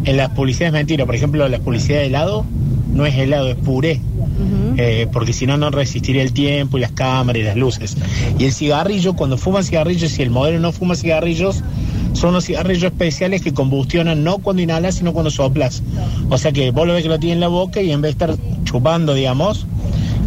en las publicidades es mentira. Por ejemplo, la publicidad de helado no es helado, es puré, Eh, porque si no, no resistiría el tiempo y las cámaras y las luces. Y el cigarrillo, cuando fuman cigarrillos, si el modelo no fuma cigarrillos, son los cigarrillos especiales que combustionan no cuando inhalas, sino cuando soplas. O sea que vos lo ves que lo tiene en la boca y en vez de estar chupando, digamos,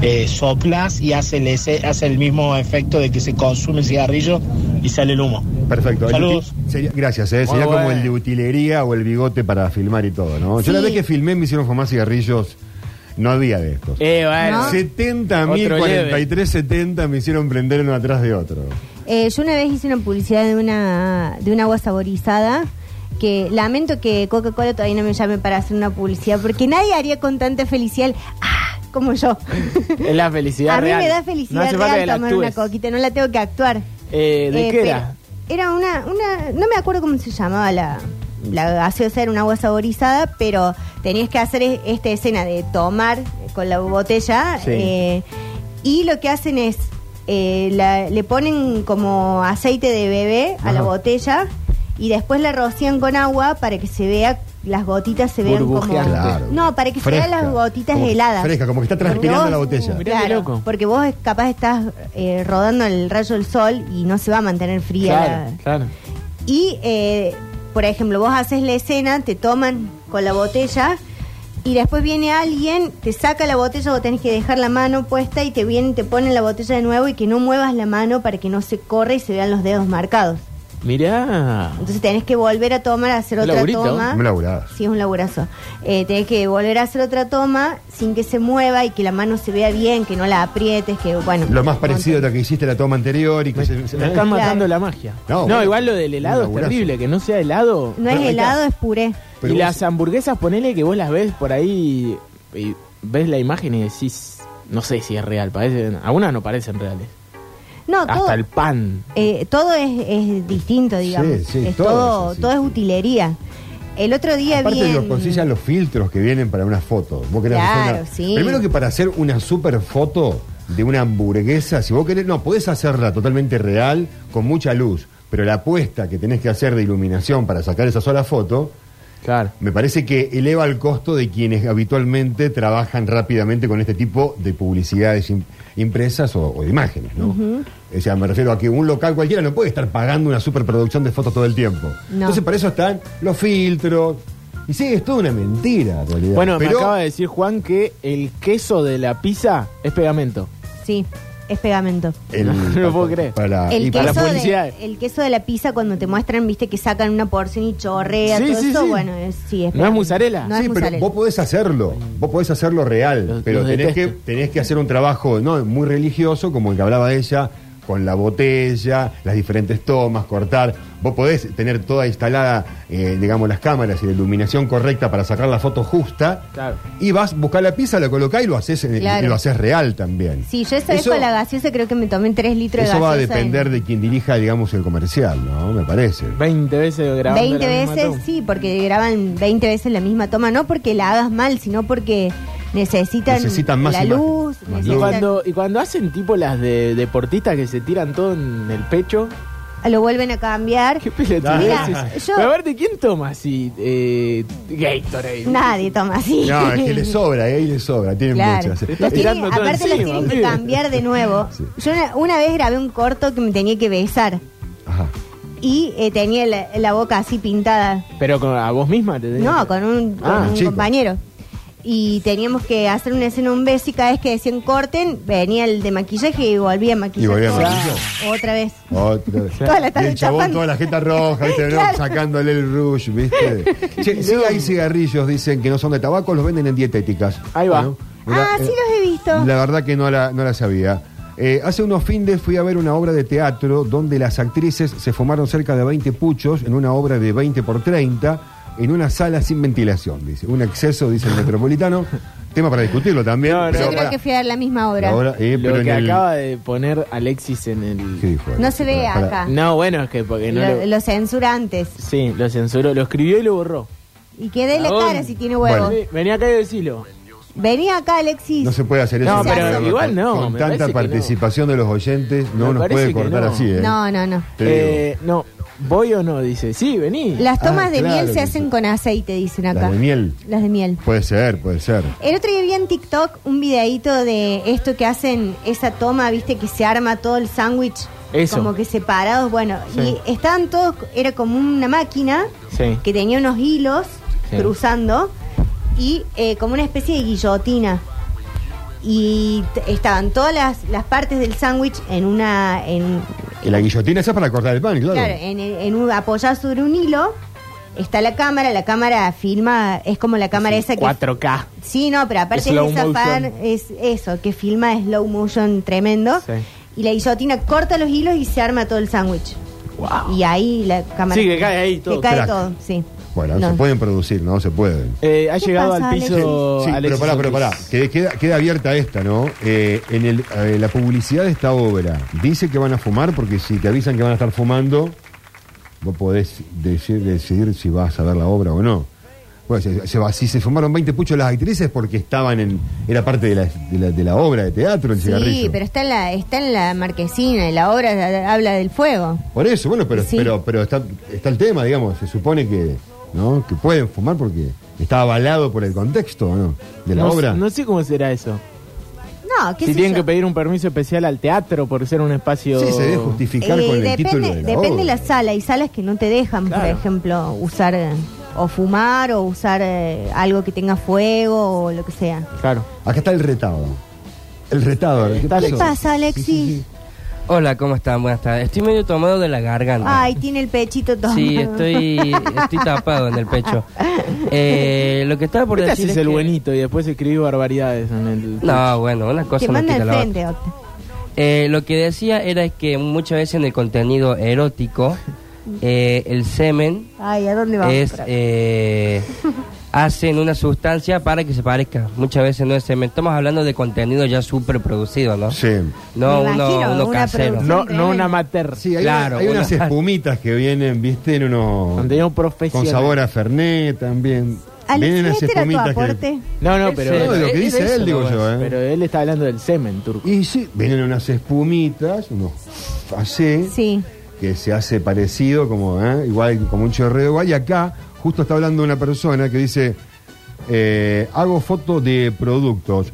eh, soplas y hace el, ese- hace el mismo efecto de que se consume el cigarrillo y sale el humo. Perfecto. El Saludos. uti- sería- gracias, eh, Muy sería como bueno. el de utilería o el bigote para filmar y todo, ¿no? Yo la Sí. vez que filmé me hicieron fumar cigarrillos, no había de estos. Eh, bueno. No. 70 mil, Otro 43, 70 me hicieron prender uno atrás de otro. Eh, yo una vez hice una publicidad de una de un agua saborizada que lamento que Coca-Cola todavía no me llame para hacer una publicidad porque nadie haría con tanta felicidad el, "Ah", como yo. Es la felicidad A mí real. me da No felicidad hace falta que real la tomar una actúes. coquita, no la tengo que actuar. Eh, ¿De Eh, qué pero era? Era una, una, no me acuerdo cómo se llamaba la, la gaseosa, era una agua saborizada, pero tenías que hacer es- esta escena de tomar con la botella. Sí. eh, y lo que hacen es, eh, la- le ponen como aceite de bebé a la Ajá. botella y después la rocían con agua para que se vea, las gotitas se vean como... Burbujeante. Claro. No, para que Fresca. se vean las gotitas Como que- heladas. fresca, como que está Porque transpirando vos- la botella. Mirá qué Claro, loco. porque vos capaz estás eh, rodando el rayo del sol y no se va a mantener fría. Claro, la- claro. Y, eh, por ejemplo, vos haces la escena, te toman con la botella y después viene alguien, te saca la botella, vos tenés que dejar la mano puesta y te viene, te ponen la botella de nuevo y que no muevas la mano para que no se corra y se vean los dedos marcados. Mirá. Entonces tenés que volver a tomar, a hacer Un otra laburito. toma. Un laburado. Sí, es un laburazo. Eh, tenés que volver a hacer otra toma sin que se mueva y que la mano se vea bien, que no la aprietes, que bueno. Lo más parecido a lo que hiciste la toma anterior y que se- se- Me están Claro. matando la magia. No, No, bueno. igual lo del Un helado es laburazo. terrible, que no sea helado. No es Pero- helado, es puré. Pero y vos- las hamburguesas, ponele que vos las ves por ahí y ves la imagen y decís, no sé si es real, parecen, algunas no parecen reales. No, todo, Hasta el pan. eh, todo es, es distinto, digamos. Sí, sí, es todo todo, es todo, así, es sí. utilería. El otro día Aparte vi. los en- conseguís ya los filtros que vienen para una foto. Vos querés hacer Claro, una- sí. Primero que para hacer una super foto de una hamburguesa, si vos querés, no, podés hacerla totalmente real, con mucha luz, pero la apuesta que tenés que hacer de iluminación para sacar esa sola foto, Claro. me parece que eleva el costo de quienes habitualmente trabajan rápidamente con este tipo de publicidades im- impresas o, o de imágenes, ¿no? O sea, me refiero a que un local cualquiera no puede estar pagando una superproducción de fotos todo el tiempo. No. Entonces, para eso están los filtros. Y sí, es toda una mentira, en realidad. Bueno, me Pero- acaba de decir Juan que el queso de la pizza es pegamento. Sí, es pegamento. el- No lo para- puedo creer. Para, Ah, y El para- la queso, publicidad. de, el queso de la pizza cuando te muestran, viste, que sacan una porción y chorrea, Sí, todo sí, eso, sí. bueno, es- sí, es ¿No es pegamento. mozzarella? No sí, es pero mozzarella. vos podés hacerlo, vos podés hacerlo real, Los- pero los tenés que, detesto. tenés que hacer un trabajo ¿no? muy religioso, como el que hablaba ella, con la botella, las diferentes tomas, cortar. Vos podés tener toda instalada, eh, digamos, las cámaras y la iluminación correcta para sacar la foto justa. Claro. Y vas, buscar la pizza, la colocás y lo haces, en- Claro. y lo haces real también. Sí, yo esa vez Eso- con la gaseosa creo que me tomé 3 litros de Eso va gaseosa. a depender de quien dirija, digamos, el comercial, ¿no? Me parece. 20 veces grabando. 20 la misma veces, toma. sí, porque graban 20 veces la misma toma, no porque la hagas mal, sino porque necesitan, Necesitan más la imagen, luz, más Y necesitan- cuando, y cuando hacen tipo las de deportistas que se tiran todo en el pecho, lo vuelven a cambiar. ¿qué pelotudez Mira, es? yo- Pero a ver, ¿de quién toma así eh, Gatorade? Nadie toma así. No, es que le sobra, eh, le sobra, tienen Claro. muchas. Los Estás tiene- tirando todo aparte los encima, tienen que pibe. cambiar de nuevo. Sí. Yo una, una vez grabé un corto que me tenía que besar Ajá. y eh, tenía la, la boca así pintada. Pero con, a vos misma te tenés No, que- con un, con Ah, un chico. compañero. Y teníamos que hacer una escena, un beso y cada vez que decían corten, venía el de maquillaje y volvía a maquillar. Y volvía a todo. maquillar. Otra vez. Otra vez. Toda la tarde Y el chabón, chapando. toda la jeta roja, ¿viste? ¿no? Claro. sacándole el rush, ¿viste? Che, sí, hay cigarrillos, dicen que no son de tabaco, los venden en dietéticas. eh, Ahí va. Ah, sí los he visto. La verdad que no la, no la sabía. Eh, hace unos fines fui a ver una obra de teatro donde las actrices se fumaron cerca de 20 puchos en una obra de 20 por 30 en una sala sin ventilación, dice. Un exceso, dice el metropolitano. Tema para discutirlo también. No, no. Yo pero creo pará. que fui a ver la misma obra. La obra, eh, Lo pero que en el- acaba de poner Alexis en el... ¿Qué dijo? No se ve Pará, pará. acá. No, bueno, es que porque no lo, lo... lo censura antes. Sí, lo censuró, lo escribió y lo borró. Y que dé la Cagón. cara si tiene huevo. Bueno. Sí, Venía acá y decilo. Vení acá, Alexis. No se puede hacer eso. No, pero Con- igual no, Con me tanta parece que participación de los oyentes no Me nos parece puede que cortar no. así, ¿eh? No, no, no. Te digo. Eh, no, ¿voy o no? Dice, sí, vení. Las tomas Ah, de claro miel se que hacen sí. con aceite, dicen acá. ¿Las de miel? Las de miel. Puede ser, puede ser. El otro día vi en TikTok un videíto de esto que hacen, esa toma, viste, que se arma todo el sándwich. Eso. Como que separados, bueno. Sí. Y estaban todos, era como una máquina Sí. que tenía unos hilos Sí. cruzando y eh, como una especie de guillotina. Y t- estaban todas las, las partes del sándwich en una. En, Y la guillotina esa es para cortar el pan, claro. Claro, eh. en, el- en un, apoyado sobre un hilo está la cámara, la cámara filma, es como la cámara esa que... 4K. Sí, no, pero aparte Slow es esa motion. fan, es eso, que filma slow motion tremendo. Sí. Y la guillotina corta los hilos y se arma todo el sándwich. Wow. Y ahí la cámara... Sí, que cae ahí que todo. cae Crack. todo, sí. Bueno, No. se pueden producir, ¿no? Se pueden. Eh, ha ¿Qué llegado pasa, al piso Sí, pero Alexis pará, pero pará. Ortiz. Que- Queda, queda abierta esta, ¿no? Eh, en el, eh, la publicidad de esta obra dice que van a fumar porque si te avisan que van a estar fumando, vos podés decir- decidir si vas a ver la obra o no. Bueno, se, se va- si se fumaron 20 puchos las actrices porque estaban en. Era parte de la, de la, de la obra de teatro, el Sí, cigarrillo. pero está en la, está en la marquesina y la obra ha- habla del fuego. Por eso, bueno, pero, Sí. pero, pero está, está el tema, digamos. Se supone que, ¿no? que pueden fumar porque está avalado por el contexto, ¿o ¿no? De la no, obra. No sé cómo será eso. No, ¿qué Si sé tienen yo? que pedir un permiso especial al teatro por ser un espacio. Sí, se debe justificar Eh, con el depende, título de la depende obra. la sala. Hay salas que no te dejan, por Claro. ejemplo, usar eh, o fumar o usar eh, algo que tenga fuego o lo que sea. Claro. Acá está el retado. El retado. ¿Qué, Está ¿Qué Eso. pasa, Alexis? Hola, ¿cómo están? Buenas tardes. Estoy medio tomado de la garganta. Ay, tiene el pechito todo. Sí, estoy, estoy tapado en el pecho. Eh, lo que estaba ¿Por por qué te decir Este haces es el que- buenito y después escribís barbaridades en el. No, bueno, una cosa Te no manda quita al la otra. frente, Octa. Eh, lo que decía era que muchas veces en el contenido erótico, eh, el semen Ay, ¿a dónde vamos? es Para- eh, hacen una sustancia para que se parezca. Muchas veces no es cemento. Estamos hablando de contenido ya súper producido, ¿no? Sí. No Me uno, imagino, uno una casero. producción. No, no una mater. Sí, hay, Claro, hay una- unas espumitas que vienen, viste, en unos... Contenido profesional. Con sabor a Fernet también. vienen Alex, unas ¿este era tu espumitas que... aporte? No, no, pero, No, de lo que Eh, dice de él, eso digo no yo, ¿eh? pero él está hablando del semen turco. Y sí, vienen unas espumitas, unos facé, Sí. que se hace parecido, como ¿eh? igual como un chorreo igual. Y acá justo está hablando una persona que dice, eh, hago fotos de productos.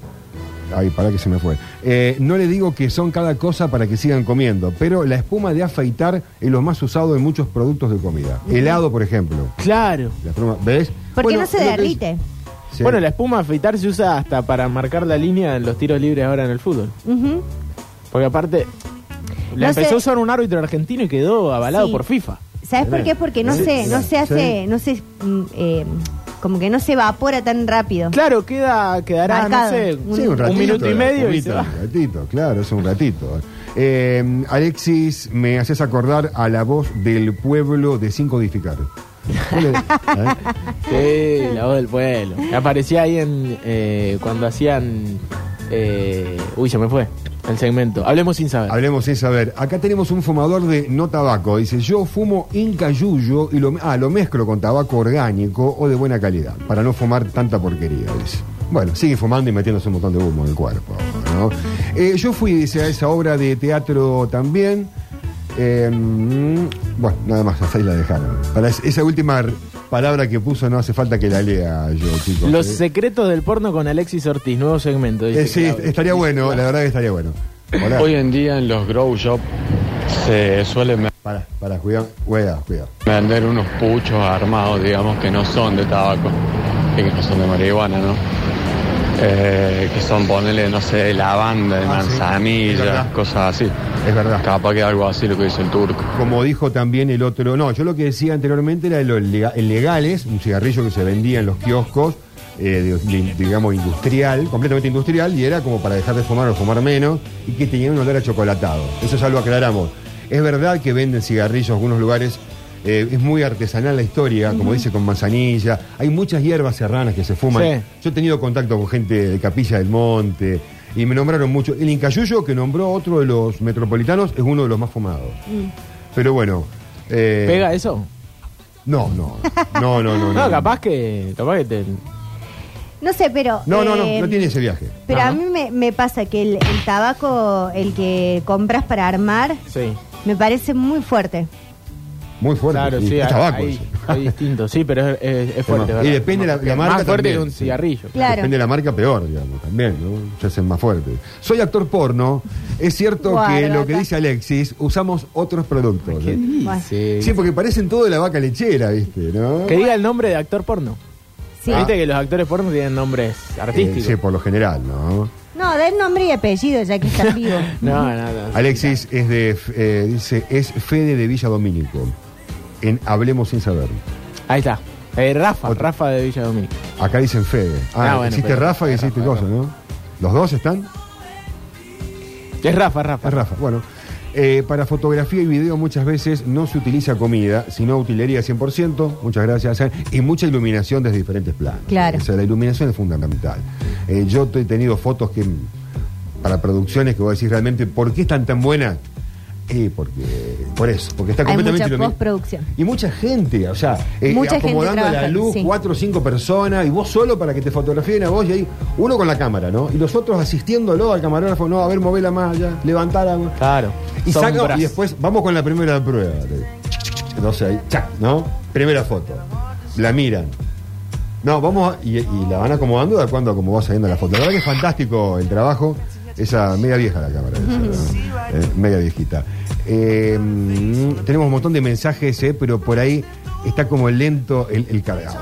Ay, para que se me fue. Eh, no le digo que son cada cosa para que sigan comiendo, pero la espuma de afeitar es lo más usado en muchos productos de comida. Helado, por ejemplo. Claro. La espuma- ¿Ves? ¿Por Bueno, qué no es se lo que es- derrite? Sí. Bueno, la espuma afeitar se usa hasta para marcar la línea en los tiros libres ahora en el fútbol. Ujú. Porque aparte, la No empezó sé. a usar un árbitro argentino y quedó avalado Sí. por FIFA. ¿Sabes por qué? Porque no Sí, se, no se sí. hace, no se, mm, eh, como que no se evapora tan rápido. Claro, queda, quedará, Marcado. no sé, Sí, un, ratito, minuto y la medio y espumita, se va. Un ratito, claro, es un ratito. Eh, Alexis, me haces acordar a la voz del pueblo de Sin Codificar. ¿No le- eh? Sí, la voz del pueblo. Aparecía ahí en eh, cuando hacían... eh, uy, se me fue el segmento. Hablemos sin saber. Hablemos sin saber. Acá tenemos un fumador de no tabaco. Dice, yo fumo incayuyo y lo, ah, lo mezclo con tabaco orgánico o de buena calidad, para no fumar tanta porquería. dice. Bueno, sigue fumando y metiéndose un montón de humo en el cuerpo. ¿no? Eh, yo fui dice, a esa obra de teatro también. Eh, bueno, nada más, hasta ahí la dejaron. Para es- esa última r- palabra que puso no hace falta que la lea yo, chicos. Los eh. secretos del porno con Alexis Ortiz, nuevo segmento. dice Eh, sí, Claudio. estaría bueno, la verdad que estaría bueno. Hola. Hoy en día en los grow shop se suelen Para, para, cuidado, cuidado, cuidado. vender unos puchos armados, digamos, que no son de tabaco y que no son de marihuana, ¿no? Eh, que son, ponele, no sé, de lavanda, de Ah, sí. Es manzanilla, verdad. cosas así. Es verdad. Capaz que algo así lo que dice el turco. Como dijo también el otro, no, yo lo que decía anteriormente era de los lega- legales, un cigarrillo que se vendía en los kioscos, eh, de- de- digamos industrial, completamente industrial, y era como para dejar de fumar o fumar menos, y que tenía un olor a chocolatado. Eso ya lo aclaramos. Es verdad que venden cigarrillos en algunos lugares, eh, es muy artesanal la historia, como dice con manzanilla, hay muchas hierbas serranas que se fuman. Sí. Yo he tenido contacto con gente de Capilla del Monte. Y me nombraron mucho. El Incayuyo, que nombró otro de los metropolitanos, es uno de los más fumados. Pero bueno. eh, ¿Pega eso? No, no. No, no, no. No, capaz que, capaz que te... No sé, pero... No, no, no. eh, No tiene ese viaje. Pero No, a ¿no? mí me, me pasa que el, el tabaco, el que compras para armar, Sí. me parece muy fuerte. Muy fuerte. Claro, Y sí, es hay, tabaco hay- eso. hay distinto, sí, pero es, es- es fuerte. Y ¿verdad? depende la- la Más marca fuerte también. que un cigarrillo. Claro. Depende de la marca, peor, digamos, también, ¿no? Se hacen más fuertes. Soy actor porno. Es cierto que Guarda, lo que acá. dice Alexis, usamos otros productos. ¿eh? Bueno, Sí. Sí, porque parecen todo de la vaca lechera, ¿viste? ¿no? Que diga el nombre de actor porno. sí. Viste que los actores porno tienen nombres Eh, artísticos. sí, por lo general, ¿no? No, den nombre y apellido ya que están vivos. No, no, no. Alexis es de, eh, dice, es Fede de Villa Domínico. En Hablemos sin saber. Ahí está. Eh, Rafa, Otro. Rafa de Villa Domínico. Acá dicen Fede. Ah, Ah, bueno, hiciste pero- Rafa y hiciste Rafa, cosa, ¿no? ¿Los dos están? Es Rafa, Rafa. Es Rafa. Bueno, eh, para fotografía y video muchas veces no se utiliza comida, sino utilería 100%, muchas gracias, Sam, y mucha iluminación desde diferentes planos. Claro. O sea, la iluminación es fundamental. Eh, yo he tenido fotos que mm, para producciones que voy a decir realmente, ¿por qué están tan buenas? Eh, porque, por eso, porque está Hay completamente mucha ilumi- postproducción. Y mucha gente, o sea, eh, Mucha gente acomodando la trabaja, luz, sí. cuatro o cinco personas, y vos solo para que te fotografíen a vos, y ahí uno con la cámara, ¿no? Y los otros asistiéndolo al camarógrafo, no, a ver, movela más allá, levantala más. Claro. Y saca, Sombras. y después vamos con la primera prueba. Entonces ahí, chac, ¿no? Primera foto. La miran. No, vamos a- y, y la van acomodando de acuerdo a cómo va saliendo la foto. La verdad que es fantástico el trabajo. Esa media vieja la cámara. esa, ¿no? Eh, media viejita. Eh, mm, tenemos un montón de mensajes, eh, pero por ahí está como lento el, el cargado.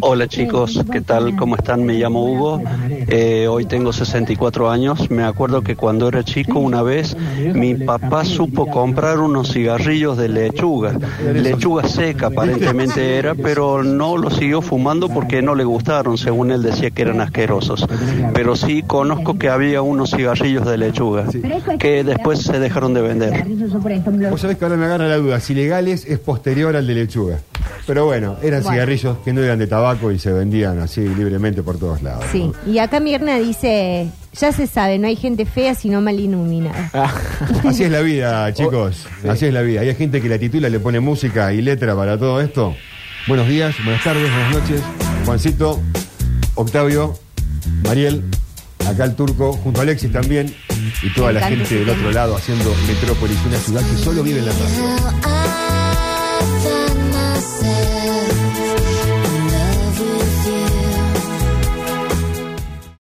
Hola chicos, ¿qué tal? ¿Cómo están? Me llamo Hugo, eh, hoy tengo 64 años, me acuerdo que cuando era chico una vez mi papá supo comprar unos cigarrillos de lechuga, lechuga seca aparentemente era, pero no los siguió fumando porque no le gustaron, según él decía que eran asquerosos, pero sí conozco que había unos cigarrillos de lechuga que después se dejaron de vender. Vos sabés que ahora me agarra la duda. Si legales es posterior al de lechuga. Pero bueno, eran Bueno. cigarrillos que no eran de tabaco y se vendían así libremente por todos lados. Sí. ¿no? Y acá Mirna dice, ya se sabe, no hay gente fea sino mal iluminada. Ah, Así es la vida, Oh, chicos. sí. Así es la vida. Hay gente que la titula, le pone música y letra para todo esto. Buenos días, buenas tardes, buenas noches. Juancito, Octavio, Mariel, acá el turco, junto a Alexis también. Y toda Me la encanta gente ese del tema. otro lado haciendo Metrópolis, una ciudad que solo vive en la radio.